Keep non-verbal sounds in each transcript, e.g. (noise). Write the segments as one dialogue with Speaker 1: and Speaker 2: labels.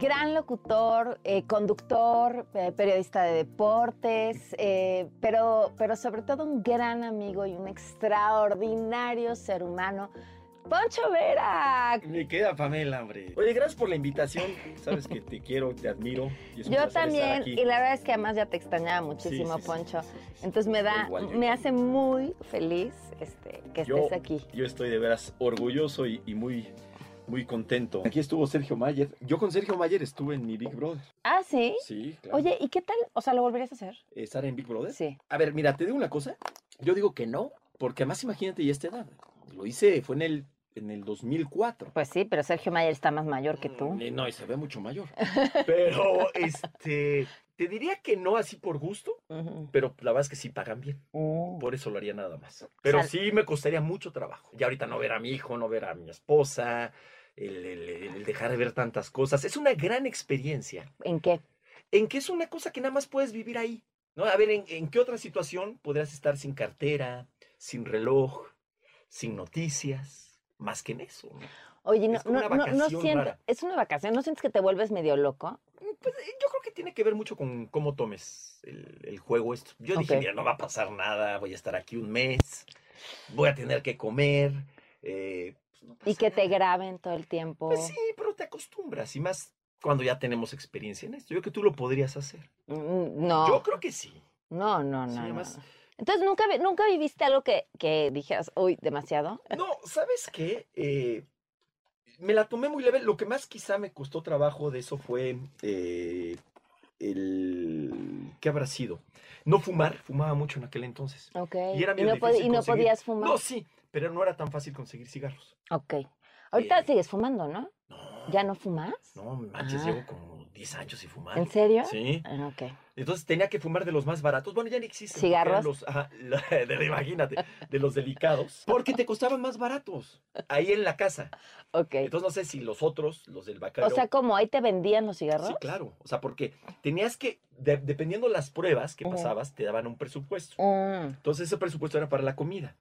Speaker 1: Gran locutor, eh, conductor, eh, periodista de deportes, eh, pero, pero sobre todo un gran amigo y un extraordinario ser humano. Poncho Vera,
Speaker 2: Me queda Pamela, hombre. Oye, gracias por la invitación. Sabes que te quiero, te admiro. y es un placer
Speaker 1: yo
Speaker 2: estar
Speaker 1: también,
Speaker 2: aquí.
Speaker 1: y la verdad es que además ya te extrañaba muchísimo,
Speaker 2: Sí, sí, sí,
Speaker 1: Poncho.
Speaker 2: sí, sí, sí.
Speaker 1: Entonces me da,
Speaker 2: Igual yo.
Speaker 1: me hace muy feliz este, que
Speaker 2: Yo-
Speaker 1: estés aquí.
Speaker 2: Yo estoy de veras orgulloso y, y muy, muy contento. Aquí estuvo Sergio Mayer. Yo con Sergio Mayer estuve en mi Big Brother.
Speaker 1: Ah, sí.
Speaker 2: Sí, claro.
Speaker 1: Oye, ¿y qué tal? O sea, ¿lo volverías a hacer?
Speaker 2: ¿Estar en Big Brother?
Speaker 1: Sí.
Speaker 2: A ver, mira, te digo una cosa. Yo digo que no, porque además imagínate ya esta edad. Lo hice, fue en el, en el 2004.
Speaker 1: Pues sí, pero Sergio Mayer está más mayor que tú.
Speaker 2: Eh, No, y se ve
Speaker 1: (laughs)
Speaker 2: mucho mayor. Pero, este, te diría que no así por gusto,
Speaker 1: Ujú.
Speaker 2: pero la verdad es que sí pagan bien.
Speaker 1: Mm.
Speaker 2: Por eso lo haría nada más. Pero
Speaker 1: Sal-
Speaker 2: sí me costaría mucho trabajo. Ya ahorita no ver a mi hijo, no ver a mi esposa, el, el- el dejar de ver tantas cosas. Es una gran experiencia.
Speaker 1: ¿En qué?
Speaker 2: En que es una cosa que nada más puedes vivir ahí. ¿no? A ver, ¿en, en qué otra situación podrías estar sin cartera, sin reloj, sin noticias? Más que en eso. ¿no?
Speaker 1: Oye, no,
Speaker 2: Es como
Speaker 1: no,
Speaker 2: una
Speaker 1: no, no
Speaker 2: vacación
Speaker 1: sientes,
Speaker 2: rara.
Speaker 1: es una vacación, ¿no sientes que te vuelves medio loco?
Speaker 2: Pues eh, yo creo que tiene que ver mucho con cómo tomes el, el juego esto. Yo dije,
Speaker 1: Ok.
Speaker 2: mira, no va a pasar nada, voy a estar aquí un mes, voy a tener que comer. eh, pues no
Speaker 1: Y
Speaker 2: pasa
Speaker 1: que te
Speaker 2: nada.
Speaker 1: graben todo el tiempo.
Speaker 2: Pues sí, pero te acostumbras y más cuando ya tenemos experiencia en esto. Yo creo que tú lo podrías hacer.
Speaker 1: Mm, No,
Speaker 2: Yo creo que sí.
Speaker 1: no, no, no.
Speaker 2: Sí,
Speaker 1: no,
Speaker 2: además-
Speaker 1: no. Entonces, ¿nunca, vi- ¿nunca viviste algo que, que dijeras, uy, demasiado?
Speaker 2: No, ¿sabes qué? Eh, me la tomé muy leve. Lo que más quizá me costó trabajo de eso fue eh, el... ¿Qué habrá sido? No fumar. Fumaba mucho en aquel entonces.
Speaker 1: Ok.
Speaker 2: Y era medio
Speaker 1: no, pod-
Speaker 2: difícil
Speaker 1: y no
Speaker 2: conseguir.
Speaker 1: podías fumar.
Speaker 2: No, sí, pero no era tan fácil conseguir cigarros.
Speaker 1: Ok. Ahorita
Speaker 2: Eh,
Speaker 1: sigues fumando, ¿no?
Speaker 2: No.
Speaker 1: ¿Ya no fumas?
Speaker 2: No, manches,
Speaker 1: Ah.
Speaker 2: llevo como 10 años sin fumar.
Speaker 1: ¿En serio?
Speaker 2: Sí.
Speaker 1: Ah, Ok.
Speaker 2: Entonces tenía que fumar de los más baratos. Bueno, ya ni existen. porque
Speaker 1: ¿Cigarros?
Speaker 2: eran Los, ajá, la- (laughs) de- imagínate, de
Speaker 1: (laughs)
Speaker 2: los delicados. Porque te costaban más baratos ahí en la casa.
Speaker 1: Ok.
Speaker 2: Entonces no sé si los otros, los del
Speaker 1: o
Speaker 2: bacalao.
Speaker 1: sea, como ahí te vendían los cigarros.
Speaker 2: Sí, claro. O sea, porque tenías que, de- dependiendo las pruebas que
Speaker 1: Ujú.
Speaker 2: pasabas, te daban un presupuesto.
Speaker 1: Mm,
Speaker 2: Entonces ese presupuesto era para la comida.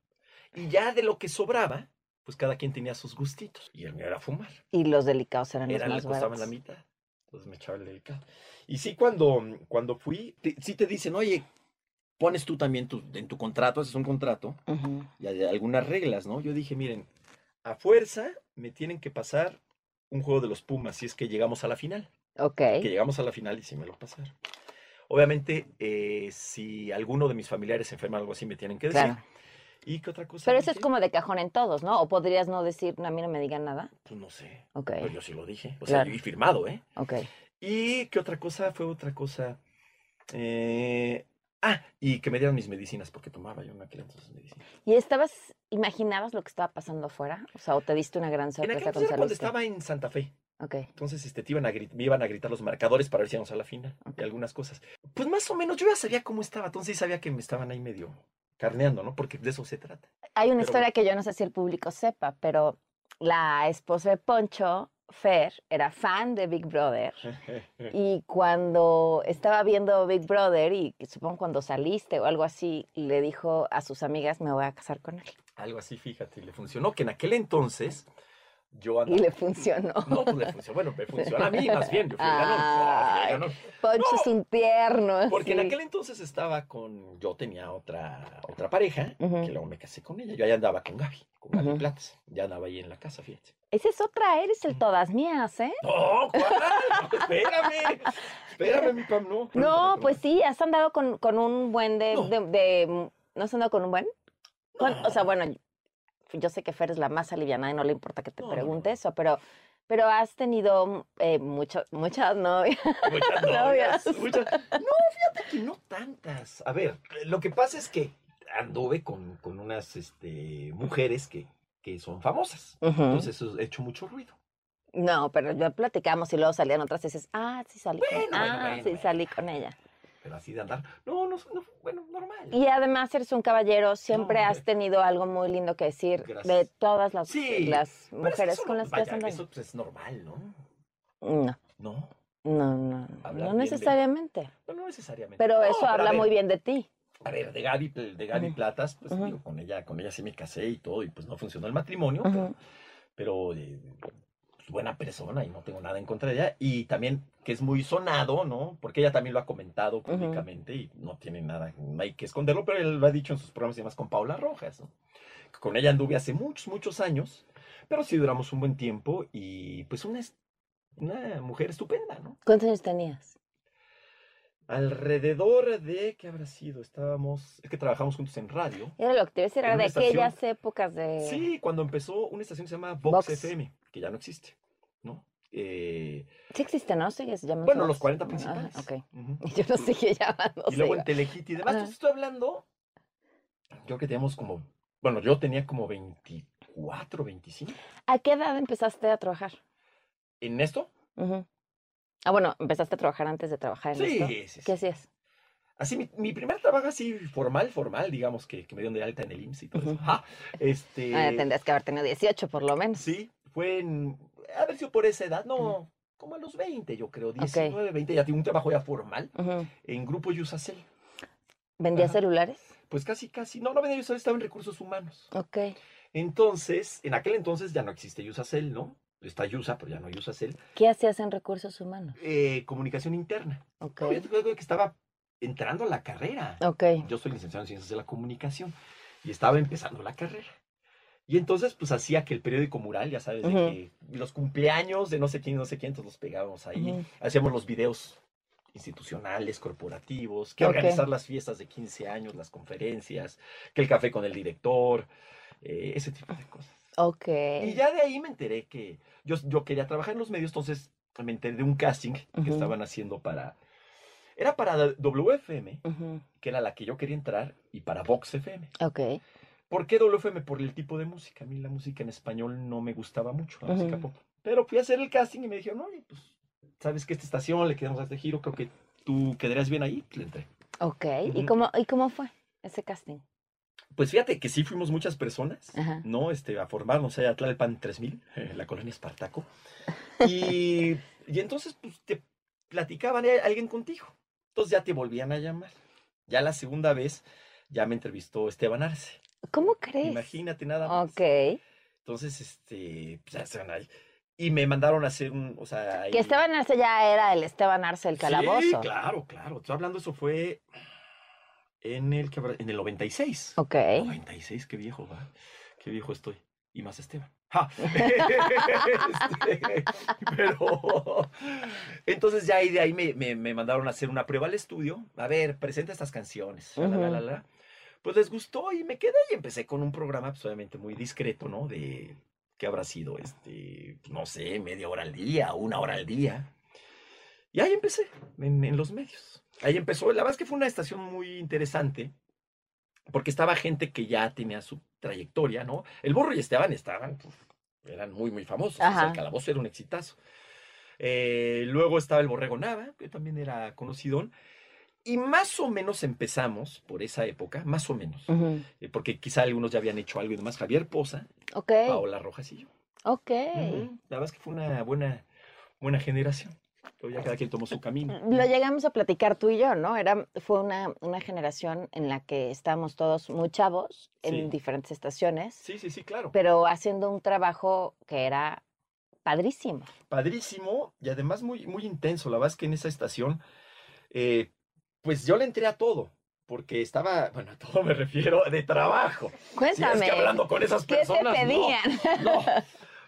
Speaker 2: Y ya de lo que sobraba, pues cada quien tenía sus gustitos. Y el mío era fumar.
Speaker 1: y los delicados eran
Speaker 2: Era,
Speaker 1: los
Speaker 2: le
Speaker 1: más
Speaker 2: costaban
Speaker 1: baratos.
Speaker 2: la mitad. Entonces me echaba el delicado. Y sí, cuando, mm, cuando fui, te- sí te dicen, oye, pones tú también tu, en tu contrato, haces un contrato,
Speaker 1: Ujú.
Speaker 2: y hay algunas reglas, ¿no? Yo dije, miren, a fuerza me tienen que pasar un juego de los Pumas si es que llegamos a la final.
Speaker 1: Ok.
Speaker 2: Que llegamos a la final y sí me lo pasaron. Obviamente, eh, si alguno de mis familiares se enferma o algo así, me tienen que decir.
Speaker 1: Claro.
Speaker 2: ¿Y qué otra cosa?
Speaker 1: Pero eso es
Speaker 2: dije?
Speaker 1: como de cajón en todos, ¿no? O podrías no decir, a mí no me digan nada.
Speaker 2: Pues no sé.
Speaker 1: Ok,
Speaker 2: Pero yo sí lo dije. O sea,
Speaker 1: Eh, Claro.
Speaker 2: yo he firmado, ¿eh?
Speaker 1: ok.
Speaker 2: ¿Y qué otra cosa? Fue otra cosa. Eh, Ah, y que me dieran mis medicinas, porque tomaba yo en aquel entonces medicinas.
Speaker 1: ¿Y estabas, imaginabas lo que estaba pasando afuera? O sea, ¿o te diste una gran
Speaker 2: En aquel
Speaker 1: sorpresa
Speaker 2: entonces
Speaker 1: con
Speaker 2: era cuando
Speaker 1: saliste?
Speaker 2: estaba en Santa Fe.
Speaker 1: Ok,
Speaker 2: Entonces este, te iban a grit- me iban a gritar los marcadores para ver si íbamos a la final y algunas cosas. Pues más o menos yo ya sabía cómo estaba, entonces sabía que me estaban ahí medio carneando, ¿no? Porque de eso
Speaker 1: (laughs)
Speaker 2: se trata.
Speaker 1: Hay una
Speaker 2: Pero-
Speaker 1: historia que yo no sé si el público sepa, pero la esposa de Poncho, Fer, era fan de Big Brother. Y cuando estaba viendo Big Brother, y supongo cuando saliste o algo así, le dijo a sus amigas, me voy a casar con él.
Speaker 2: Algo así, fíjate, y le funcionó, que en aquel entonces yo
Speaker 1: Y
Speaker 2: andaba...
Speaker 1: le funcionó.
Speaker 2: (laughs) No,
Speaker 1: (laughs)
Speaker 2: pues le funcionó, bueno, me funcionó a mí más bien, yo fui el ganón.
Speaker 1: Ay.
Speaker 2: Yo fui el ganón.
Speaker 1: Poncho es un tierno.
Speaker 2: Porque en
Speaker 1: así.
Speaker 2: aquel entonces estaba con. Yo tenía otra, otra pareja,
Speaker 1: Ujú.
Speaker 2: que luego me casé con ella. Yo ya andaba con Gaby, con Gaby
Speaker 1: Ujú.
Speaker 2: Platz. Ya andaba ahí en la casa, fíjate.
Speaker 1: Esa es otra, eres el todas mías, ¿eh?
Speaker 2: ¡No, ¿cuál? No, Espérame. Espérame, mi Pam, no.
Speaker 1: pues No, pues sí, has andado con, con un buen de,
Speaker 2: No.
Speaker 1: de- de ¿No sonó con un buen? Con- O sea, bueno, yo sé que Fer es la más alivianada y no le importa que te
Speaker 2: No, no, no.
Speaker 1: pregunte eso, pero, pero has tenido eh, mucho- muchas novias. (laughs)
Speaker 2: Muchas
Speaker 1: Novias.
Speaker 2: novias, muchas- No, fíjate que no tantas. A ver, lo que pasa es que anduve con, con unas este, mujeres que, que son famosas. Entonces eso ha hecho mucho ruido.
Speaker 1: No, pero ya platicamos y luego salían otras y dices, ah, sí salí, con-
Speaker 2: Bueno, bueno,
Speaker 1: ah,
Speaker 2: bueno,
Speaker 1: sí
Speaker 2: bueno.
Speaker 1: salí con ella.
Speaker 2: Pero así de andar. No, no, no bueno, normal.
Speaker 1: Y además eres un caballero, siempre
Speaker 2: No,
Speaker 1: has
Speaker 2: hombre.
Speaker 1: tenido algo muy lindo que decir de
Speaker 2: Gracias.
Speaker 1: todas las,
Speaker 2: Sí,
Speaker 1: las
Speaker 2: Pero es que
Speaker 1: mujeres
Speaker 2: eso
Speaker 1: con
Speaker 2: no-
Speaker 1: las que has
Speaker 2: vaya,
Speaker 1: andado.
Speaker 2: Eso pues, es normal, ¿no?
Speaker 1: No,
Speaker 2: No,
Speaker 1: no, no, no, no
Speaker 2: Hablar bien de-
Speaker 1: necesariamente.
Speaker 2: no, no necesariamente.
Speaker 1: Pero
Speaker 2: No,
Speaker 1: eso
Speaker 2: a
Speaker 1: habla
Speaker 2: ver,
Speaker 1: muy bien de ti.
Speaker 2: A ver, de Gaby, de Gaby
Speaker 1: Ujú.
Speaker 2: Platas, pues
Speaker 1: Ujú.
Speaker 2: digo, con ella, con ella sí me casé y todo, y pues no funcionó el matrimonio,
Speaker 1: Ujú.
Speaker 2: pero pero eh, pues, buena persona y no tengo nada en contra de ella. Y también que es muy sonado, ¿no? Porque ella también lo ha comentado públicamente y no tiene nada, no hay que esconderlo, pero él lo ha dicho en sus programas y demás con Paula Rojas, ¿no? Que Con ella anduve hace muchos, muchos años, pero sí duramos un buen tiempo y pues una, es- una mujer estupenda, ¿no?
Speaker 1: ¿Cuántos años tenías?
Speaker 2: Alrededor de, ¿qué habrá sido? Estábamos, es que trabajamos juntos en radio.
Speaker 1: Era lo que te iba a decir,
Speaker 2: En
Speaker 1: era de
Speaker 2: una
Speaker 1: aquellas épocas de...
Speaker 2: Sí, cuando empezó una estación que se llama Vox,
Speaker 1: Vox.
Speaker 2: FM, que ya no existe, ¿no? Eh,
Speaker 1: Sí existe, ¿no? Sigue llamando.
Speaker 2: Bueno, los 40 principales.
Speaker 1: Ah, ok. (laughs)
Speaker 2: Ujú.
Speaker 1: Yo no seguía llamando.
Speaker 2: Y luego en Telehit y demás.
Speaker 1: Ajá.
Speaker 2: Entonces estoy hablando. Yo que teníamos como. Bueno, yo tenía como 24, 25.
Speaker 1: ¿A qué edad empezaste a trabajar?
Speaker 2: ¿En esto?
Speaker 1: Ujú. Ah, bueno, empezaste a trabajar antes de trabajar en
Speaker 2: Sí,
Speaker 1: esto.
Speaker 2: sí, sí.
Speaker 1: ¿Qué hacías?
Speaker 2: Así, mi, mi primer trabajo así formal, formal, digamos, que, que me dieron de alta en el IMSS y todo eso.
Speaker 1: Ujú.
Speaker 2: Ajá. Este.
Speaker 1: Ah, tendrías que haber tenido 18 por lo menos.
Speaker 2: Sí, fue en. Haber sido por esa edad, no. Como a los 20, yo creo. 19, 20. Ya tengo un trabajo ya formal
Speaker 1: Ujú.
Speaker 2: en Grupo Yusacel.
Speaker 1: ¿Vendías
Speaker 2: Ajá.
Speaker 1: celulares?
Speaker 2: Pues casi, casi. No, no venía Yusacel, estaba en recursos humanos.
Speaker 1: Ok.
Speaker 2: Entonces, en aquel entonces ya no existe Yusacel, ¿no? Está Yusa, pero ya no hay Yusacel.
Speaker 1: ¿Qué hacías en recursos humanos?
Speaker 2: Eh, comunicación interna.
Speaker 1: Ok.
Speaker 2: No, yo te digo que estaba entrando a la carrera.
Speaker 1: Ok.
Speaker 2: Yo soy licenciado en Ciencias de la Comunicación y estaba empezando la carrera. Y entonces, pues hacía que el periódico mural, ya sabes, de
Speaker 1: Ujú.
Speaker 2: que los cumpleaños de no sé quién, no sé quién, entonces los pegábamos ahí.
Speaker 1: Ujú.
Speaker 2: Hacíamos los videos institucionales, corporativos, que
Speaker 1: Ok.
Speaker 2: organizar las fiestas de 15 años, las conferencias, que el café con el director, eh, ese tipo de cosas.
Speaker 1: Ok.
Speaker 2: Y ya de ahí me enteré que yo, yo quería trabajar en los medios, entonces me enteré de un casting
Speaker 1: Ujú.
Speaker 2: que estaban haciendo para... Era para WFM,
Speaker 1: Ujú.
Speaker 2: que era la que yo quería entrar, y para Vox FM.
Speaker 1: Ok.
Speaker 2: ¿Por qué WFM? Por el tipo de música. A mí la música en español no me gustaba mucho, la música
Speaker 1: Ujú.
Speaker 2: pop. Pero fui a hacer el casting y me dijeron, oye, pues, ¿sabes que esta estación le quedamos a este giro? Creo que tú quedarías bien ahí. Pues, Le entré.
Speaker 1: Ok. ¿Y,
Speaker 2: Ujú.
Speaker 1: cómo, ¿Y cómo fue ese casting?
Speaker 2: Pues fíjate que sí fuimos muchas personas,
Speaker 1: Ajá.
Speaker 2: ¿no? Este, a formarnos allá a Tlalpan 3000, en la
Speaker 1: (laughs)
Speaker 2: colonia Espartaco. Y, y entonces, pues, te platicaban eh, alguien contigo. Entonces ya te volvían a llamar. Ya la segunda vez, ya me entrevistó Esteban Arce.
Speaker 1: ¿Cómo crees?
Speaker 2: Imagínate nada más.
Speaker 1: Ok. Que
Speaker 2: Entonces, este, pues, ya estaban ahí. Y me mandaron a hacer un, o sea... ahí-
Speaker 1: Esteban Arce ya era el Esteban Arce el calabozo.
Speaker 2: Sí, claro, claro. Estoy hablando, eso fue en el, que habrá- en el 96.
Speaker 1: Ok.
Speaker 2: 96, qué viejo, va. Qué viejo estoy. Y más Esteban. ¡Ja! (laughs) Este, pero. Entonces ya ahí de ahí me, me- me mandaron a hacer una prueba al estudio. A ver, presenta estas canciones. la, la, la, la, la. Pues les gustó y me quedé y empecé con un programa, pues obviamente muy discreto, ¿no? De. ¿Qué habrá sido? Este. No sé, media hora al día, una hora al día. Y ahí empecé, en, en los medios. Ahí empezó. La verdad es que fue una estación muy interesante porque estaba gente que ya tenía su trayectoria, ¿no? El Burro y Esteban estaban, pues, eran muy, muy famosos. o sea,
Speaker 1: Ajá.
Speaker 2: el Calabozo era un exitazo. Eh, luego estaba el Borrego Nava, que también era conocidón. Y más o menos empezamos por esa época, más o menos.
Speaker 1: Ujú.
Speaker 2: eh, Porque quizá algunos ya habían hecho algo y demás. Javier Poza,
Speaker 1: Ok.
Speaker 2: Paola Rojas y yo.
Speaker 1: Ok.
Speaker 2: Ujú. La verdad es que fue una buena, buena generación. Luego ya cada quien tomó su camino.
Speaker 1: Lo llegamos a platicar tú y yo, ¿no? Era, fue una, una generación en la que estábamos todos muy chavos en
Speaker 2: Sí.
Speaker 1: diferentes estaciones,
Speaker 2: Sí, sí, sí, claro.
Speaker 1: pero haciendo un trabajo que era padrísimo.
Speaker 2: padrísimo y además muy, muy intenso. La verdad es que en esa estación, eh, pues yo le entré a todo, porque estaba, bueno, a todo me refiero de trabajo. Si es
Speaker 1: Cuéntame,
Speaker 2: que hablando con esas
Speaker 1: ¿qué te
Speaker 2: personas, no,
Speaker 1: pedían?
Speaker 2: No,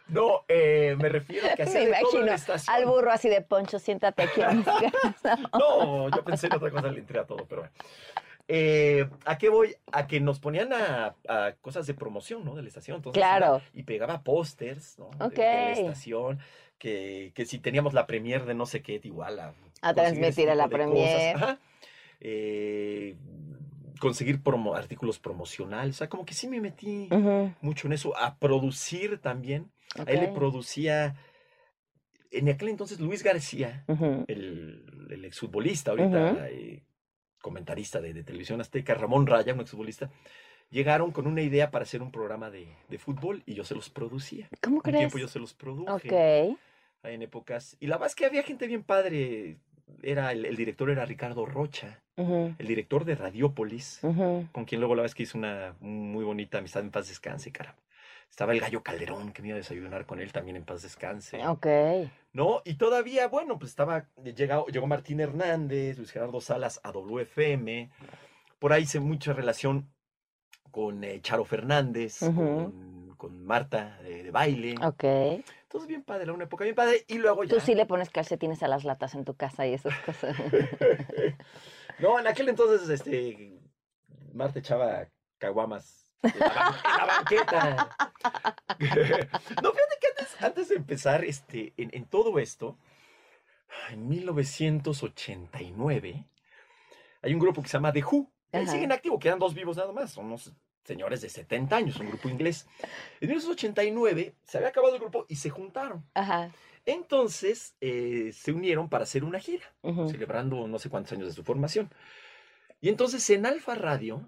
Speaker 2: no, eh, me refiero
Speaker 1: (laughs)
Speaker 2: que hacía
Speaker 1: Me
Speaker 2: de todo en
Speaker 1: imagino,
Speaker 2: la estación.
Speaker 1: Al burro así
Speaker 2: (laughs)
Speaker 1: de poncho, siéntate aquí. en mis piernas".
Speaker 2: No, yo pensé en otra cosa, le entré a todo, pero bueno. Eh, ¿A qué voy? A que nos ponían a, a cosas de promoción, ¿no? De la estación. Entonces,
Speaker 1: Claro.
Speaker 2: iba Y pegaba pósters, ¿no? De- De, la
Speaker 1: Ok.
Speaker 2: estación. Que, que si teníamos la premier de no sé qué, igual a...
Speaker 1: A
Speaker 2: conseguir
Speaker 1: transmitir
Speaker 2: ese
Speaker 1: a la
Speaker 2: tipo de
Speaker 1: premier.
Speaker 2: cosas. Ajá. Eh, conseguir promo- artículos promocionales. O sea, como que sí me metí
Speaker 1: Ujú,
Speaker 2: mucho en eso. A producir también. A él le
Speaker 1: ok.
Speaker 2: producía... En aquel entonces Luis García,
Speaker 1: Ujú.
Speaker 2: el, el exfutbolista, ahorita
Speaker 1: Ujú.
Speaker 2: eh, comentarista de, de televisión azteca, Ramón Raya, un exfutbolista, llegaron con una idea para hacer un programa de, de fútbol y yo se los producía.
Speaker 1: ¿Cómo
Speaker 2: Un
Speaker 1: crees?
Speaker 2: tiempo yo se los produje
Speaker 1: Ok.
Speaker 2: en épocas. Y la verdad es que había gente bien padre. Era el, el director era Ricardo Rocha,
Speaker 1: Ujú,
Speaker 2: el director de Radiópolis,
Speaker 1: ujú.
Speaker 2: con quien luego la verdad es que hice una muy bonita amistad en paz descanse, cara. Estaba el gallo Calderón, que me iba a desayunar con él también en paz descanse.
Speaker 1: Ok.
Speaker 2: ¿no? Y todavía, bueno, pues estaba, llegado, llegó Martín Hernández, Luis Gerardo Salas a WFM, por ahí hice mucha relación con eh, Charo Fernández,
Speaker 1: Ujú.
Speaker 2: con, con Marta eh, de, de baile,
Speaker 1: Ok. Pues
Speaker 2: entonces bien padre, era una época bien padre, y luego Pues ya...
Speaker 1: Tú sí le pones calcetines a las latas en tu casa y esas
Speaker 2: (laughs)
Speaker 1: cosas.
Speaker 2: No, en aquel entonces, este, Marta echaba caguamas en la, ban- en la banqueta. no, fíjate que antes, antes de empezar, este, en, en todo esto, en 1989, hay un grupo que se llama The Who. Ahí
Speaker 1: Ajá.
Speaker 2: siguen activo, quedan dos vivos nada más. Son unos señores de 70 años, un grupo inglés. En 1989 se había acabado el grupo y se juntaron.
Speaker 1: Ajá.
Speaker 2: Entonces eh, se unieron para hacer una gira
Speaker 1: ujú.
Speaker 2: celebrando no sé cuántos años de su formación. Y entonces en Alfa Radio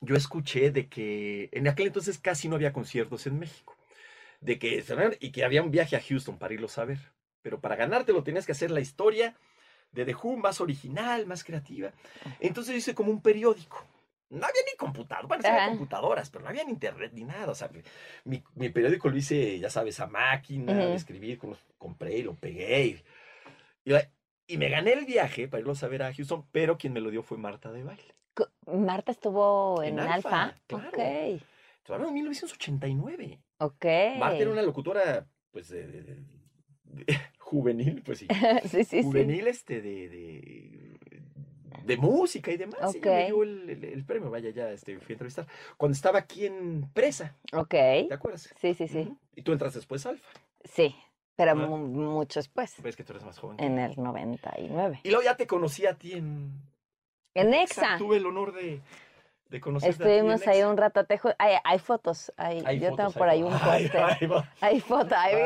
Speaker 2: yo escuché de que en aquel entonces casi no había conciertos en México, de que cerraron y que había un viaje a Houston para irlos a ver, pero para ganártelo tenías que hacer la historia de The Who más original, más creativa. Entonces yo hice como un periódico. No había ni computador, bueno, sí había
Speaker 1: Ajá.
Speaker 2: computadoras, pero no había ni internet ni nada. O sea, mi- mi, mi periódico lo hice, ya sabes, a máquina, de
Speaker 1: Ujú.
Speaker 2: escribir, con- compré y lo pegué. y- y la- y me gané el viaje para irlo a ver a Houston, pero quien me lo dio fue Marta de Baile.
Speaker 1: Co- Marta estuvo en,
Speaker 2: En
Speaker 1: Alfa.
Speaker 2: Alfa, claro.
Speaker 1: Ok.
Speaker 2: Te hablo de 1989.
Speaker 1: Ok.
Speaker 2: Marta era una locutora, pues, de, de- de- de- (laughs) juvenil, pues sí.
Speaker 1: (laughs) sí, (laughs) sí, sí.
Speaker 2: juvenil, este, de, de, de música y demás. y ella me
Speaker 1: Ok.
Speaker 2: dio el, el- el premio, vaya, ya este, fui a entrevistar. Cuando estaba aquí en Presa,
Speaker 1: Ok.
Speaker 2: ¿te acuerdas?
Speaker 1: Sí, sí, sí.
Speaker 2: Ujú. Y tú entras después, a Alfa.
Speaker 1: Sí. Pero
Speaker 2: Ajá.
Speaker 1: mu- mucho después.
Speaker 2: Ves que tú eres más joven. que
Speaker 1: En
Speaker 2: yo.
Speaker 1: el 99.
Speaker 2: Y luego ya te conocí a ti en...
Speaker 1: En Exa.
Speaker 2: Tuve el honor de, de conocerte a ti en
Speaker 1: Estuvimos ahí
Speaker 2: Exa.
Speaker 1: un ratatejo. Hay, hay fotos. Hay,
Speaker 2: Hay
Speaker 1: yo tengo
Speaker 2: fotos,
Speaker 1: por
Speaker 2: hay
Speaker 1: ahí un
Speaker 2: fotos. (laughs) Ay,
Speaker 1: póster.
Speaker 2: ay, va.
Speaker 1: Hay fotos, hay
Speaker 2: Ay,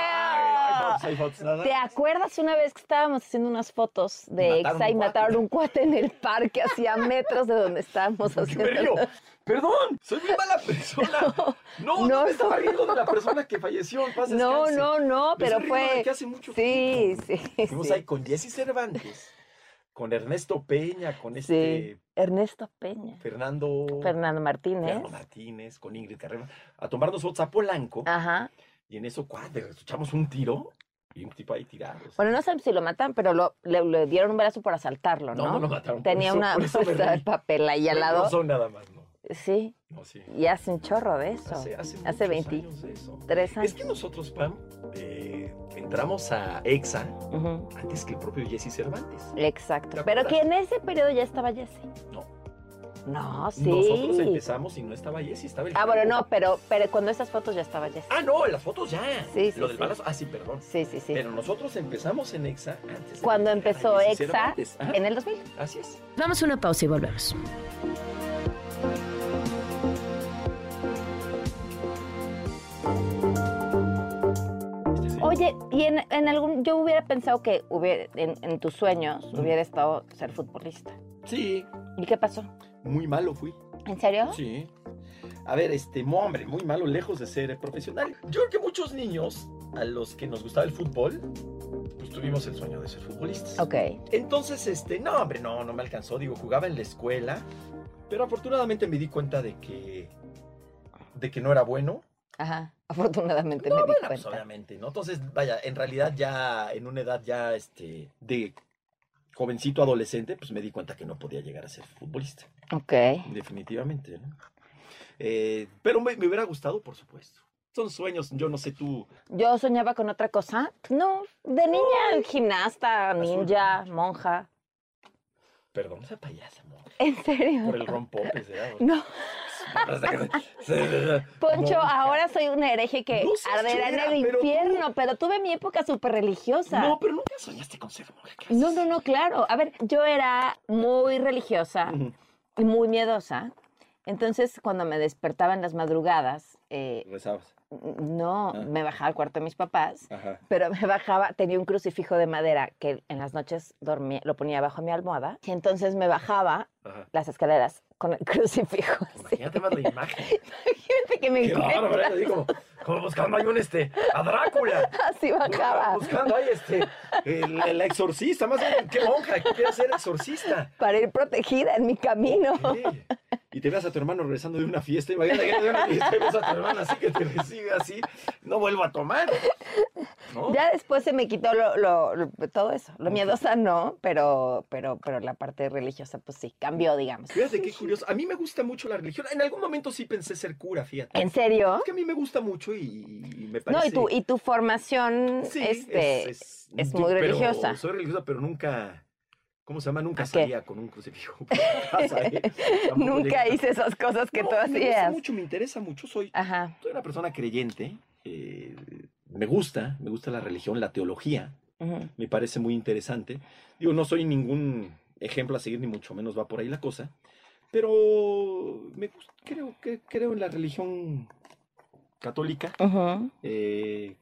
Speaker 2: ay, hay fotos,
Speaker 1: video.
Speaker 2: hay fotos, nada.
Speaker 1: ¿Te acuerdas una vez que estábamos haciendo unas fotos de
Speaker 2: Mataron
Speaker 1: Exa y
Speaker 2: un cuate.
Speaker 1: mataron un cuate en el parque hacia metros de donde estábamos
Speaker 2: ¿Por qué me
Speaker 1: haciendo?
Speaker 2: río? Perdón, soy muy mala persona. No,
Speaker 1: (laughs)
Speaker 2: no,
Speaker 1: no.
Speaker 2: me estaba riendo de la persona que falleció. en paz
Speaker 1: No,
Speaker 2: descanse.
Speaker 1: no, no,
Speaker 2: Me
Speaker 1: pero
Speaker 2: estoy riendo de
Speaker 1: fue.
Speaker 2: que hace mucho
Speaker 1: Sí,
Speaker 2: tiempo.
Speaker 1: sí.
Speaker 2: Fuimos
Speaker 1: sí.
Speaker 2: ahí con Jesse Cervantes, con Ernesto Peña, con este
Speaker 1: Ernesto Peña.
Speaker 2: Fernando,
Speaker 1: Fernando Martínez.
Speaker 2: Fernando Martínez, con Ingrid Carrera, a tomarnos fotos a Polanco.
Speaker 1: Ajá.
Speaker 2: Y en eso, cuando escuchamos un tiro y un tipo ahí tirado. o sea,
Speaker 1: Bueno, no sé si lo matan, pero lo, le, le dieron un brazo por asaltarlo, ¿no?
Speaker 2: no, no lo mataron. por
Speaker 1: Tenía
Speaker 2: eso-
Speaker 1: una
Speaker 2: por eso pues, me
Speaker 1: bolsa de
Speaker 2: reí.
Speaker 1: papel ahí al
Speaker 2: No
Speaker 1: lado.
Speaker 2: son nada más, no.
Speaker 1: Sí,
Speaker 2: No, sí.
Speaker 1: y hace un chorro de eso.
Speaker 2: Hace, hace,
Speaker 1: Hace
Speaker 2: muchos
Speaker 1: 20.
Speaker 2: años de eso.
Speaker 1: Tres años.
Speaker 2: Es que nosotros, Pam, eh, entramos a EXA
Speaker 1: Ujú.
Speaker 2: antes que el propio Jesse Cervantes.
Speaker 1: Exacto.
Speaker 2: ¿Te
Speaker 1: Pero
Speaker 2: acuerdas?
Speaker 1: que en ese periodo ya estaba Jesse.
Speaker 2: No.
Speaker 1: No, sí.
Speaker 2: Nosotros empezamos y no estaba Jesse, estaba el...
Speaker 1: Ah, bueno,
Speaker 2: Diego.
Speaker 1: no, pero, pero cuando esas fotos ya estaba Jesse.
Speaker 2: Ah, no, en las fotos ya.
Speaker 1: Sí, sí,
Speaker 2: Lo del
Speaker 1: sí.
Speaker 2: balazo. Ah, sí, perdón.
Speaker 1: Sí, sí, sí.
Speaker 2: Pero nosotros empezamos en EXA antes. de
Speaker 1: Cuando
Speaker 2: que llegara
Speaker 1: empezó
Speaker 2: Jesse
Speaker 1: EXA,
Speaker 2: Cervantes. Ajá,
Speaker 1: En el 2000.
Speaker 2: Así es.
Speaker 3: Vamos a una pausa y volvemos.
Speaker 2: Sí, sí.
Speaker 1: Oye, y en, en algún. Yo hubiera pensado que hubiera, en, en tus sueños hubiera estado ser futbolista.
Speaker 2: Sí,
Speaker 1: ¿Y qué pasó?
Speaker 2: muy malo fui.
Speaker 1: ¿En serio?
Speaker 2: Sí. A ver, este, mo- hombre, muy malo, lejos de ser eh, profesional. Yo creo que muchos niños a los que nos gustaba el fútbol, pues tuvimos el sueño de ser futbolistas.
Speaker 1: Ok.
Speaker 2: Entonces, este, no, hombre, no, no me alcanzó. Digo, jugaba en la escuela, pero afortunadamente me di cuenta de que, de que no era bueno.
Speaker 1: Ajá. Afortunadamente me
Speaker 2: no,
Speaker 1: di
Speaker 2: bueno, pues
Speaker 1: cuenta.
Speaker 2: obviamente, ¿no? Entonces, vaya, en realidad ya, en una edad ya, este, de jovencito adolescente, pues me di cuenta que no podía llegar a ser futbolista.
Speaker 1: ok.
Speaker 2: Definitivamente, ¿no? Eh, pero me, me hubiera gustado, por supuesto. Son sueños, yo no sé tú.
Speaker 1: Yo soñaba con otra cosa. No, de niña, gimnasta,
Speaker 2: Azul.
Speaker 1: ninja, monja.
Speaker 2: Perdón, esa payasa, ¿no?
Speaker 1: ¿En serio?
Speaker 2: Por el rompope, ¿será?
Speaker 1: (laughs)
Speaker 2: (laughs)
Speaker 1: No, Poncho,
Speaker 2: No,
Speaker 1: ahora soy una hereje que
Speaker 2: No seas
Speaker 1: arderá en
Speaker 2: chulera,
Speaker 1: el
Speaker 2: pero tú-
Speaker 1: infierno, pero tuve mi época súper religiosa.
Speaker 2: No, pero nunca soñaste con ser monja. ¿qué
Speaker 1: No,
Speaker 2: haces?
Speaker 1: no, no, claro. A ver, yo era muy religiosa
Speaker 2: Ujú.
Speaker 1: y muy miedosa. Entonces, cuando me despertaba en las madrugadas, eh,
Speaker 2: Rezabas.
Speaker 1: no,
Speaker 2: Ah.
Speaker 1: me bajaba al cuarto de mis papás,
Speaker 2: Ajá.
Speaker 1: pero me bajaba, tenía un crucifijo de madera que en las noches dormía, lo ponía bajo mi almohada, y entonces me bajaba
Speaker 2: Ajá.
Speaker 1: las escaleras con el (laughs) crucifijo. así.
Speaker 2: Imagínate más la imagen.
Speaker 1: Imagínate que me
Speaker 2: Qué bárbaro,
Speaker 1: encuentras,
Speaker 2: ¿eh? Así como, como buscando ahí un este, a Drácula.
Speaker 1: así bajaba.
Speaker 2: Buscando ahí este, el, el exorcista, más bien, qué monja, que quiere ser exorcista.
Speaker 1: Para ir protegida en mi camino.
Speaker 2: ¿Qué? Y te veas a tu hermano regresando de una fiesta, imagínate que de una fiesta y ves a tu hermano así que te recibe así, no vuelvo a tomar. ¿No?
Speaker 1: Ya después se me quitó lo, lo- lo- todo eso. Lo
Speaker 2: Ok.
Speaker 1: miedosa no, pero, pero, pero la parte religiosa, pues sí, cambió, digamos.
Speaker 2: Fíjate qué curioso. A mí me gusta mucho la religión. En algún momento sí pensé ser cura, fíjate.
Speaker 1: ¿En serio?
Speaker 2: Es que a mí me gusta mucho y, y- y me
Speaker 1: No,
Speaker 2: parece...
Speaker 1: y tu, y tu formación,
Speaker 2: Sí,
Speaker 1: este,
Speaker 2: es,
Speaker 1: es
Speaker 2: yo-
Speaker 1: muy
Speaker 2: pero
Speaker 1: religiosa.
Speaker 2: Soy religiosa, pero nunca... ¿Cómo se llama? Nunca
Speaker 1: ¿A qué?
Speaker 2: salía con un crucifijo. (laughs) por la casa, ¿eh? Tampoco
Speaker 1: nunca
Speaker 2: llegué- (laughs)
Speaker 1: hice esas cosas que
Speaker 2: No,
Speaker 1: tú
Speaker 2: Me gusta
Speaker 1: hacías.
Speaker 2: mucho, me interesa mucho. Soy,
Speaker 1: Ajá.
Speaker 2: soy una persona creyente. eh, me gusta, me gusta la religión, la teología.
Speaker 1: ujú.
Speaker 2: me parece muy interesante. Digo, no soy ningún ejemplo a seguir, ni mucho menos va por ahí la cosa, pero me gust- creo que creo en la religión católica.
Speaker 1: Ujú.
Speaker 2: eh,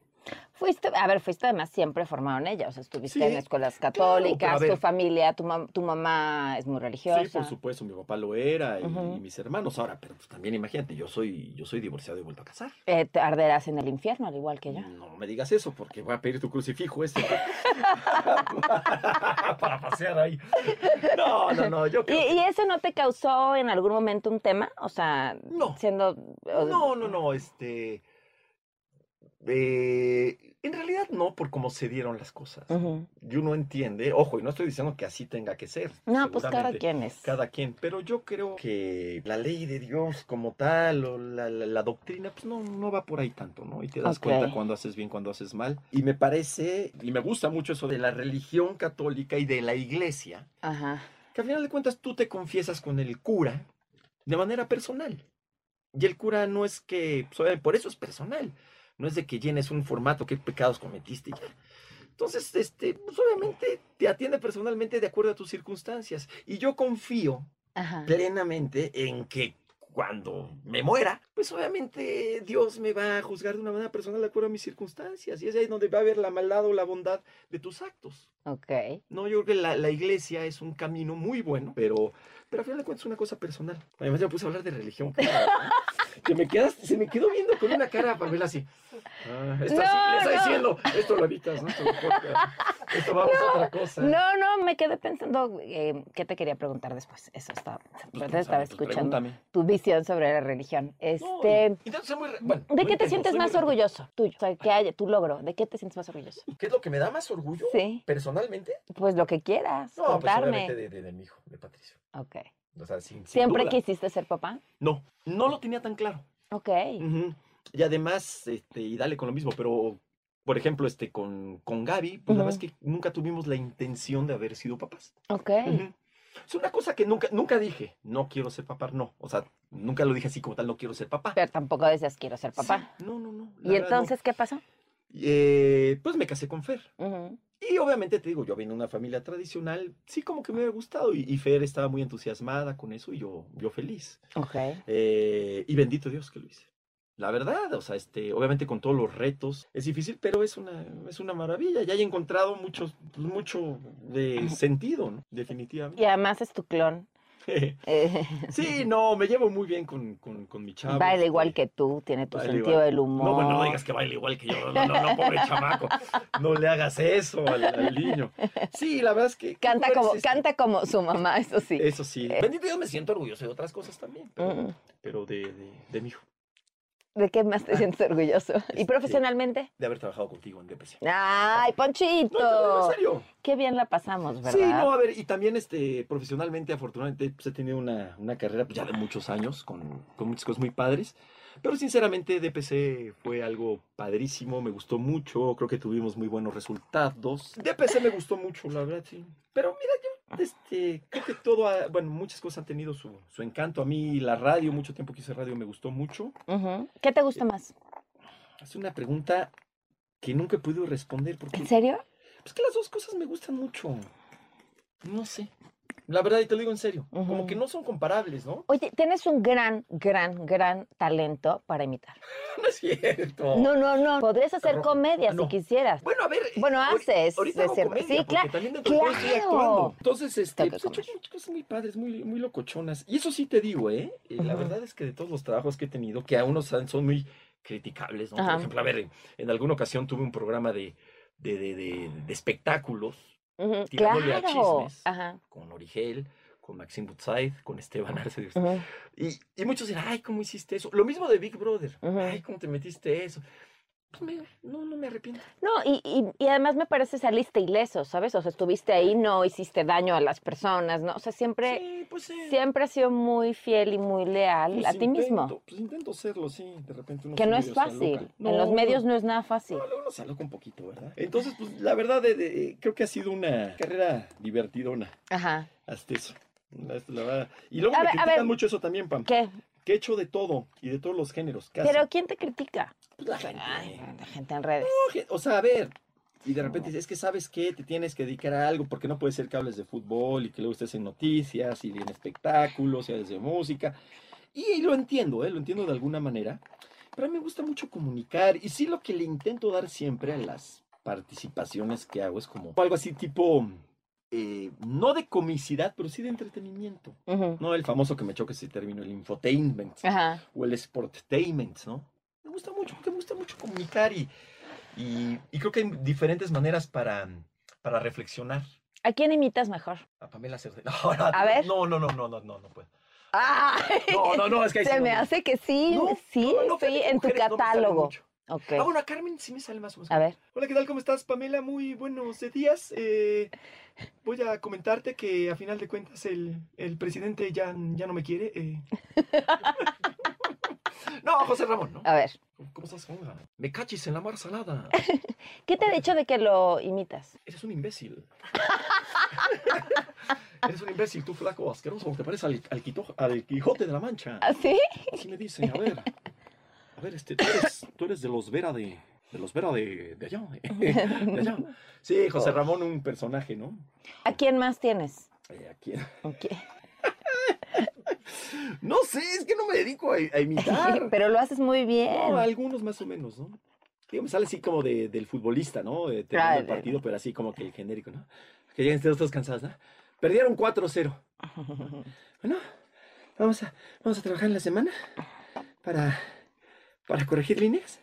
Speaker 1: Fuiste, a ver, fuiste además siempre formado en ella, o sea, estuviste en
Speaker 2: Sí,
Speaker 1: escuelas
Speaker 2: pero a
Speaker 1: católicas, tu
Speaker 2: ver.
Speaker 1: familia, tu, mam- tu mamá es muy religiosa.
Speaker 2: sí, por supuesto, mi papá lo era y,
Speaker 1: Ujú.
Speaker 2: y mis hermanos. Ahora, pero pues también imagínate, yo soy, yo soy divorciado y vuelto a casar.
Speaker 1: Eh, te arderás en el infierno, al igual que yo.
Speaker 2: No me digas eso, porque voy a pedir tu crucifijo este.
Speaker 1: (laughs)
Speaker 2: (laughs) Para pasear ahí. No, no, no, yo
Speaker 1: ¿Y,
Speaker 2: creo
Speaker 1: y eso no te causó en algún momento un tema? O sea,
Speaker 2: No.
Speaker 1: siendo... o-
Speaker 2: No, no, no, este. eh, en realidad no, por cómo se dieron las cosas.
Speaker 1: Ujú.
Speaker 2: Y uno entiende, ojo, y no estoy diciendo que así tenga que ser.
Speaker 1: No, pues cada
Speaker 2: seguramente,
Speaker 1: quien es.
Speaker 2: Cada quien, pero yo creo que la ley de Dios como tal o la, la- la doctrina, pues no, no va por ahí tanto, ¿no? Y te das
Speaker 1: Ok.
Speaker 2: cuenta cuando haces bien, cuando haces mal. Y me parece, y me gusta mucho eso de la religión católica y de la iglesia,
Speaker 1: Ajá.
Speaker 2: que al final de cuentas tú te confiesas con el cura de manera personal. Y el cura no es que, pues, obviamente, por eso es personal, no es de que llenes un formato, qué pecados cometiste y ya. Entonces, este, pues, obviamente te atiende personalmente de acuerdo a tus circunstancias. Y yo confío
Speaker 1: Ajá.
Speaker 2: plenamente en que cuando me muera, pues obviamente Dios me va a juzgar de una manera personal de acuerdo a mis circunstancias. Y es ahí donde va a ver la maldad o la bondad de tus actos.
Speaker 1: Ok.
Speaker 2: No, yo creo que la, la iglesia es un camino muy bueno, pero, pero al final de cuentas es una cosa personal. Además, ya me puse a hablar de religión. (laughs) cabrón, ¿eh? que me quedas, se me quedó viendo con una cara Pamela así. Ah, esta sí
Speaker 1: No,
Speaker 2: le está
Speaker 1: no.
Speaker 2: diciendo, esto lo evitas, ¿no? Esto, lo cortas, esto vamos a otra cosa.
Speaker 1: No, no, me quedé pensando eh, qué te quería preguntar después. Eso estaba pensando.
Speaker 2: Pues,
Speaker 1: Pero te
Speaker 2: pues,
Speaker 1: estaba
Speaker 2: pues,
Speaker 1: escuchando
Speaker 2: pregúntame.
Speaker 1: tu visión sobre la religión.
Speaker 2: No,
Speaker 1: Este,
Speaker 2: intento ser muy re- bueno,
Speaker 1: ¿De
Speaker 2: no
Speaker 1: qué te
Speaker 2: intento,
Speaker 1: sientes
Speaker 2: soy
Speaker 1: más
Speaker 2: muy-
Speaker 1: orgulloso? Tuyo. O sea, que haya tu logro. ¿De qué te sientes más orgulloso?
Speaker 2: ¿Qué es lo que me da más orgullo?
Speaker 1: Sí.
Speaker 2: ¿Personalmente?
Speaker 1: Pues lo que quieras.
Speaker 2: No, pues,
Speaker 1: contarme.
Speaker 2: obviamente de, de- de mi hijo, de Patricio.
Speaker 1: Ok.
Speaker 2: O sea, sin- sin
Speaker 1: ¿Siempre
Speaker 2: duda.
Speaker 1: quisiste ser papá?
Speaker 2: No, no lo tenía tan claro.
Speaker 1: Ok.
Speaker 2: Ujú. Y además, este, y dale con lo mismo, pero por ejemplo, este, con, con Gaby, pues la verdad es que nunca tuvimos la intención de haber sido papás.
Speaker 1: Ok.
Speaker 2: Ujú. Es una cosa que nunca, nunca dije, no quiero ser papá, no. O sea, nunca lo dije así como tal, no quiero ser papá.
Speaker 1: Pero tampoco decías quiero ser papá.
Speaker 2: Sí, no, no, no. la
Speaker 1: ¿Y
Speaker 2: verdad, no.
Speaker 1: entonces qué pasó?
Speaker 2: Eh, pues me casé con Fer.
Speaker 1: Ujú.
Speaker 2: Y obviamente te digo, yo vine de una familia tradicional, sí como que me hubiera gustado. Y, y Fer estaba muy entusiasmada con eso y yo, yo feliz.
Speaker 1: Ok.
Speaker 2: Eh, y bendito Dios que lo hice. La verdad, o sea, este, obviamente con todos los retos es difícil, pero es una, es una maravilla. Ya he encontrado mucho, mucho de sentido, ¿no?
Speaker 1: Y
Speaker 2: definitivamente.
Speaker 1: además es tu clon. Eh,
Speaker 2: (laughs)
Speaker 1: (laughs)
Speaker 2: Sí, no, me llevo muy bien con, con, con mi chavo.
Speaker 1: baila
Speaker 2: este,
Speaker 1: igual que tú, tiene tu
Speaker 2: baila
Speaker 1: sentido
Speaker 2: igual.
Speaker 1: del humor.
Speaker 2: No, bueno, no digas que baila igual que yo. No, no, no, pobre chamaco. No le hagas eso al, al niño. Sí, la verdad es
Speaker 1: (laughs)
Speaker 2: que.
Speaker 1: Canta
Speaker 2: ¿cómo
Speaker 1: como,
Speaker 2: eres, este?
Speaker 1: canta como su mamá, eso sí.
Speaker 2: Eso sí. Bendito Dios, me siento orgulloso de otras cosas también, pero,
Speaker 1: Mm,
Speaker 2: pero de, de, de mi hijo,
Speaker 1: ¿De qué más
Speaker 2: ah.
Speaker 1: te sientes
Speaker 2: (laughs)
Speaker 1: orgulloso? ¿Y
Speaker 2: este-
Speaker 1: profesionalmente?
Speaker 2: de haber trabajado contigo en depresión.
Speaker 1: ¡Ay,
Speaker 2: No, no, no, en
Speaker 1: Ponchito!
Speaker 2: serio.
Speaker 1: Qué bien la pasamos, ¿verdad?
Speaker 2: Sí, no, a ver, y también este, profesionalmente, afortunadamente, pues he tenido una, una carrera pues, ya de muchos años, con, con muchas cosas muy padres. Pero sinceramente, DPC fue algo padrísimo, me gustó mucho, creo que tuvimos muy buenos resultados. DPC me gustó mucho, la verdad, sí. Pero mira, yo este, creo que todo, ha- bueno, muchas cosas han tenido su, su encanto. A mí la radio, mucho tiempo que hice radio, me gustó mucho.
Speaker 1: Ujú. ¿Qué te gusta más?
Speaker 2: Es una pregunta que nunca he podido responder porque
Speaker 1: ¿En serio?
Speaker 2: pues que las dos cosas me gustan mucho. No sé. La verdad, y te lo digo en serio, como
Speaker 1: Ujú.
Speaker 2: que no son comparables, ¿no? (laughs)
Speaker 1: Oye, tienes un gran, gran, gran talento para imitar.
Speaker 2: No es cierto.
Speaker 1: No, no, no. Podrías hacer
Speaker 2: Rojo.
Speaker 1: comedia
Speaker 2: Ah, no.
Speaker 1: si quisieras.
Speaker 2: Bueno, a ver. eh,
Speaker 1: Bueno,
Speaker 2: ahori-
Speaker 1: haces,
Speaker 2: Ahorita
Speaker 1: de
Speaker 2: hago
Speaker 1: cierto.
Speaker 2: comedia,
Speaker 1: Sí,
Speaker 2: porque
Speaker 1: claro,
Speaker 2: También dentro de todo estoy
Speaker 1: claro.
Speaker 2: actuando. Entonces, este,
Speaker 1: Tengo
Speaker 2: pues,
Speaker 1: que
Speaker 2: he hecho
Speaker 1: comer.
Speaker 2: muchas cosas muy padres, muy, muy locochonas. Y eso sí te digo, ¿eh? Eh, La
Speaker 1: Ujú.
Speaker 2: verdad es que de todos los trabajos que he tenido, que a unos han- son muy criticables, ¿no?
Speaker 1: Ajá.
Speaker 2: Por ejemplo, a ver, en- en alguna ocasión tuve un programa de, de, de, de, de espectáculos
Speaker 1: Ujú,
Speaker 2: Tirándole a
Speaker 1: Claro.
Speaker 2: chismes.
Speaker 1: Ajá.
Speaker 2: con Origel, con Maxim Butsaid, con Esteban Arce de
Speaker 1: ujú.
Speaker 2: y, y muchos dirán, ay, ¿cómo hiciste eso? Lo mismo de Big Brother.
Speaker 1: Ujú.
Speaker 2: Ay, ¿cómo te metiste eso? Pues me- no, no me arrepiento.
Speaker 1: No, y, y- y además me parece saliste ileso, ¿sabes? O sea, estuviste ahí, no hiciste daño a las personas, ¿no? O sea, siempre,
Speaker 2: Sí, pues sí.
Speaker 1: siempre has sido muy fiel y muy leal
Speaker 2: Pues
Speaker 1: a ti mismo.
Speaker 2: intento, Pues intento serlo, sí. De repente uno
Speaker 1: Que
Speaker 2: sí
Speaker 1: no
Speaker 2: medio
Speaker 1: es
Speaker 2: se
Speaker 1: fácil.
Speaker 2: aloca. No,
Speaker 1: en los medios
Speaker 2: no.
Speaker 1: no es nada fácil.
Speaker 2: no, Uno se aloca un poquito, ¿verdad? Entonces, pues la verdad, de- de- creo que ha sido una carrera divertidona.
Speaker 1: Ajá.
Speaker 2: Hasta eso. La, la verdad. Y luego
Speaker 1: A
Speaker 2: me
Speaker 1: ver, a
Speaker 2: critican
Speaker 1: ver.
Speaker 2: mucho eso también, Pam.
Speaker 1: ¿Qué?
Speaker 2: Que he hecho de todo y de todos los géneros. Casi.
Speaker 1: ¿Pero quién te critica?
Speaker 2: Pues, la gente.
Speaker 1: Ay, la gente en redes.
Speaker 2: Oje, O sea, a ver. Y de repente dices, es que sabes que te tienes que dedicar a algo porque no puede ser que hables de fútbol y que luego estés en noticias y en espectáculos y hables de música. Y, y lo entiendo, ¿eh? lo entiendo de alguna manera. Pero a mí me gusta mucho comunicar y sí lo que le intento dar siempre a las participaciones que hago es como algo así tipo, eh, no de comicidad, pero sí de entretenimiento.
Speaker 1: Ujú.
Speaker 2: No el famoso que me choque si termino el infotainment
Speaker 1: Ajá.
Speaker 2: o el sportainment, ¿no? Me gusta mucho, porque me gusta mucho comunicar y, y, y creo que hay diferentes maneras para, para reflexionar.
Speaker 1: ¿A quién imitas mejor?
Speaker 2: A Pamela Cerdeira. (laughs) No, no,
Speaker 1: A ver.
Speaker 2: No, no, no, no, no, no, no puedo.
Speaker 1: (laughs) Ah,
Speaker 2: (laughs) No, no, no, es que ahí sí
Speaker 1: se
Speaker 2: no,
Speaker 1: me
Speaker 2: no.
Speaker 1: hace que sí,
Speaker 2: No,
Speaker 1: sí,
Speaker 2: no, no,
Speaker 1: estoy
Speaker 2: fíjate que
Speaker 1: en tu
Speaker 2: mujeres no me salen
Speaker 1: catálogo.
Speaker 2: mucho.
Speaker 1: Ok.
Speaker 2: Ah, bueno, a Carmen sí me sale más o menos.
Speaker 1: A ver.
Speaker 2: Hola, ¿qué tal? ¿Cómo estás, Pamela? Muy buenos días. Eh, voy a comentarte que a final de cuentas el, el presidente ya, ya no me quiere.
Speaker 1: (laughs)
Speaker 2: eh. (laughs) no, José Ramón, ¿no?
Speaker 1: A ver,
Speaker 2: ¿Cómo estás, Juanga? Me cachis en la mar salada.
Speaker 1: ¿qué te ha dicho de que lo imitas?
Speaker 2: Eres un imbécil. Eres un imbécil, tú flaco asqueroso, te pareces al, al, Quito- al Quijote de la Mancha.
Speaker 1: ¿Así?
Speaker 2: Así me dicen, a ver. A ver, este, tú, eres, tú eres de los Vera de. De los Vera de, de allá. eh, De allá. Sí, José Ramón, un personaje, ¿no?
Speaker 1: ¿A quién más tienes?
Speaker 2: Eh, aquí.
Speaker 1: Ok.
Speaker 2: No sé, es que no me dedico a, a imitar.
Speaker 1: (laughs) Pero lo haces muy
Speaker 2: No,
Speaker 1: bien.
Speaker 2: algunos más o menos, ¿no? Digo, me sale así como de, del futbolista, ¿no? Eh, terminando
Speaker 1: Claro,
Speaker 2: el
Speaker 1: de-
Speaker 2: partido, pero así como que el genérico, ¿no? Que lleguen ustedes todos cansados, ¿no? Perdieron
Speaker 1: (laughs)
Speaker 2: 4-0. Bueno, vamos a, vamos a trabajar en la semana para, para corregir líneas.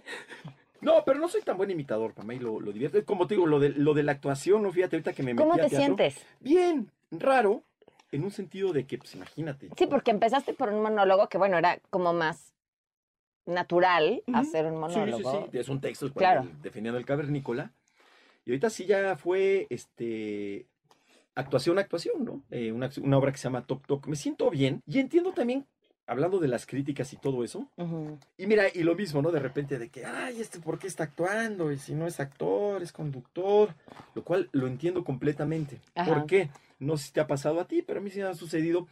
Speaker 2: No, pero no soy tan buen imitador, para mí lo, lo divierte. Como te digo, lo de, lo de la actuación, no fíjate ahorita que me metí
Speaker 1: ¿Cómo
Speaker 2: a
Speaker 1: te
Speaker 2: teatro.
Speaker 1: sientes?
Speaker 2: Bien, raro, en un sentido de que, pues imagínate.
Speaker 1: Sí, porque empezaste por un monólogo que, bueno, era como más natural
Speaker 2: Ujú.
Speaker 1: hacer un
Speaker 2: Sí, sí,
Speaker 1: monólogo.
Speaker 2: sí, es un texto el cual
Speaker 1: Claro.
Speaker 2: el- definiendo el cavernícola. Y ahorita sí ya fue este actuación, actuación, ¿no? Eh, una, una obra que se llama Toc Toc. Me siento bien y entiendo también, hablando de las críticas y todo eso,
Speaker 1: Ujú.
Speaker 2: y mira, y lo mismo, ¿no? De repente de que, ay, este, ¿por qué está actuando? Y si no es actor, es conductor, lo cual lo entiendo completamente.
Speaker 1: Ajá.
Speaker 2: ¿Por qué? No sé si te ha pasado a ti, pero a mí sí me ha sucedido.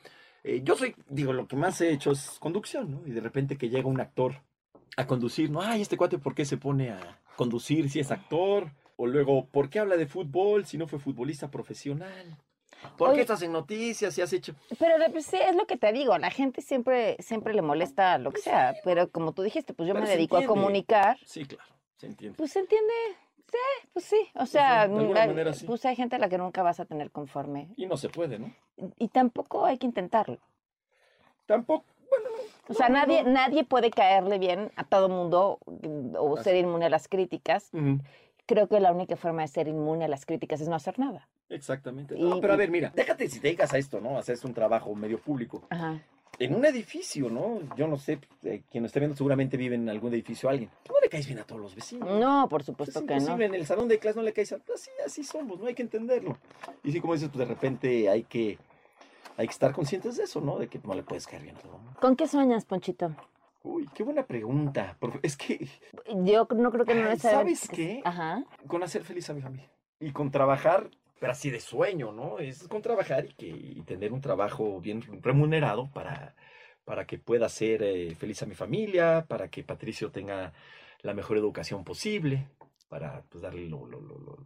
Speaker 2: Eh, yo soy, digo, lo que más he hecho es conducción, ¿no? Y de repente que llega un actor a conducir, ¿no? Ay, este cuate, ¿por qué se pone a conducir si es actor? O luego, ¿por qué habla de fútbol si no fue futbolista profesional? ¿Por
Speaker 1: Oye.
Speaker 2: qué estás en noticias si has hecho...
Speaker 1: Pero de- pues, sí, es lo que te digo, la gente siempre, siempre le molesta lo que sea, pero como tú dijiste, pues yo
Speaker 2: Pues Pero
Speaker 1: me
Speaker 2: se
Speaker 1: dedico a
Speaker 2: entiende.
Speaker 1: comunicar.
Speaker 2: Sí, claro, se entiende.
Speaker 1: Pues se entiende. Sí, pues sí. O sea,
Speaker 2: de alguna
Speaker 1: la-
Speaker 2: manera sí.
Speaker 1: pues hay gente a la que nunca vas a tener conforme.
Speaker 2: Y no se puede, ¿no?
Speaker 1: Y tampoco hay que intentarlo.
Speaker 2: Tampoco, bueno,
Speaker 1: O sea,
Speaker 2: No, no,
Speaker 1: nadie,
Speaker 2: no.
Speaker 1: nadie puede caerle bien a todo mundo mm, o
Speaker 2: Así.
Speaker 1: ser inmune a las críticas.
Speaker 2: Ujú.
Speaker 1: Creo que la única forma de ser inmune a las críticas es no hacer nada.
Speaker 2: Exactamente.
Speaker 1: Y-
Speaker 2: No, pero a
Speaker 1: y-
Speaker 2: ver, mira, déjate si te dedicas a esto, ¿no? Haces un trabajo medio público.
Speaker 1: Ajá.
Speaker 2: En un edificio, ¿no? Yo no sé, eh, quien lo esté viendo seguramente vive en algún edificio a alguien. No le caes bien a todos los vecinos.
Speaker 1: No, por
Speaker 2: Pues
Speaker 1: supuesto
Speaker 2: es
Speaker 1: que no.
Speaker 2: imposible, en el salón de clase no le caes a... Así, así somos, no hay que entenderlo. Y sí, como dices, pues de repente hay que, hay que estar conscientes de eso, ¿no? De que no le puedes caer bien a todo el mundo.
Speaker 1: ¿Con qué sueñas, Ponchito?
Speaker 2: Uy, qué buena pregunta. profe. Es que,
Speaker 1: Yo no creo que no
Speaker 2: Ay,
Speaker 1: necesariamente-
Speaker 2: ¿sabes qué?
Speaker 1: Ajá.
Speaker 2: con hacer feliz a mi familia. Y con trabajar pero así de sueño, ¿no? Es con trabajar y, que, y tener un trabajo bien remunerado para, para que pueda ser eh, feliz a mi familia, para que Patricio tenga la mejor educación posible, para pues, darle lo, lo, lo, lo-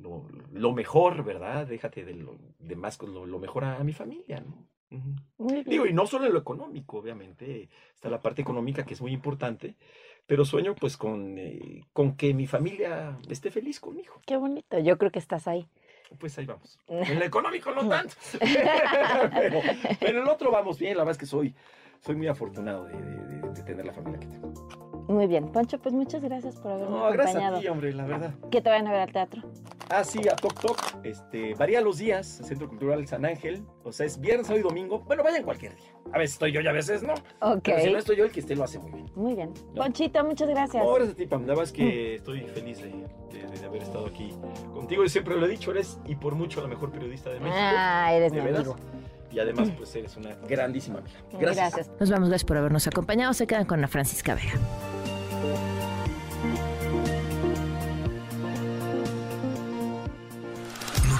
Speaker 2: lo- lo mejor, ¿verdad? Déjate de lo de más con lo, lo mejor a, a mi familia, ¿no? Ujú.
Speaker 1: Muy bien.
Speaker 2: Digo, y no solo en lo económico, obviamente, está la parte económica que es muy importante, pero sueño pues con, eh, con que mi familia esté feliz conmigo.
Speaker 1: Qué bonito. Yo creo que estás ahí.
Speaker 2: Pues ahí vamos. En lo
Speaker 1: (laughs)
Speaker 2: económico no tanto, (laughs) pero, pero en el otro vamos bien, la verdad es que soy, soy muy afortunado de, de- de- de tener la familia que tengo.
Speaker 1: Muy bien. Poncho, pues muchas gracias por haberme
Speaker 2: No, gracias a
Speaker 1: acompañado.
Speaker 2: ti, hombre, la verdad.
Speaker 1: Que te vayan a ver al teatro.
Speaker 2: Ah, sí, a Toc Toc, este, varía los días, el Centro Cultural San Ángel, o sea, es viernes, sábado y domingo, bueno, vayan cualquier día. A veces estoy yo y a veces no,
Speaker 1: Ok.
Speaker 2: pero si no estoy yo, el que esté lo hace muy bien.
Speaker 1: Muy bien. Ponchito, muchas gracias.
Speaker 2: No, gracias a ti, Pam. La verdad es que estoy feliz de, de- de haber estado aquí contigo. Y siempre lo he dicho, eres y por mucho la mejor periodista de México.
Speaker 1: Ah, eres mi
Speaker 2: de veras.
Speaker 1: amigo.
Speaker 2: Y además, pues eres una grandísima amiga. Gracias.
Speaker 3: Nos vamos, gracias por habernos acompañado. Se quedan con Ana Francisca Vega.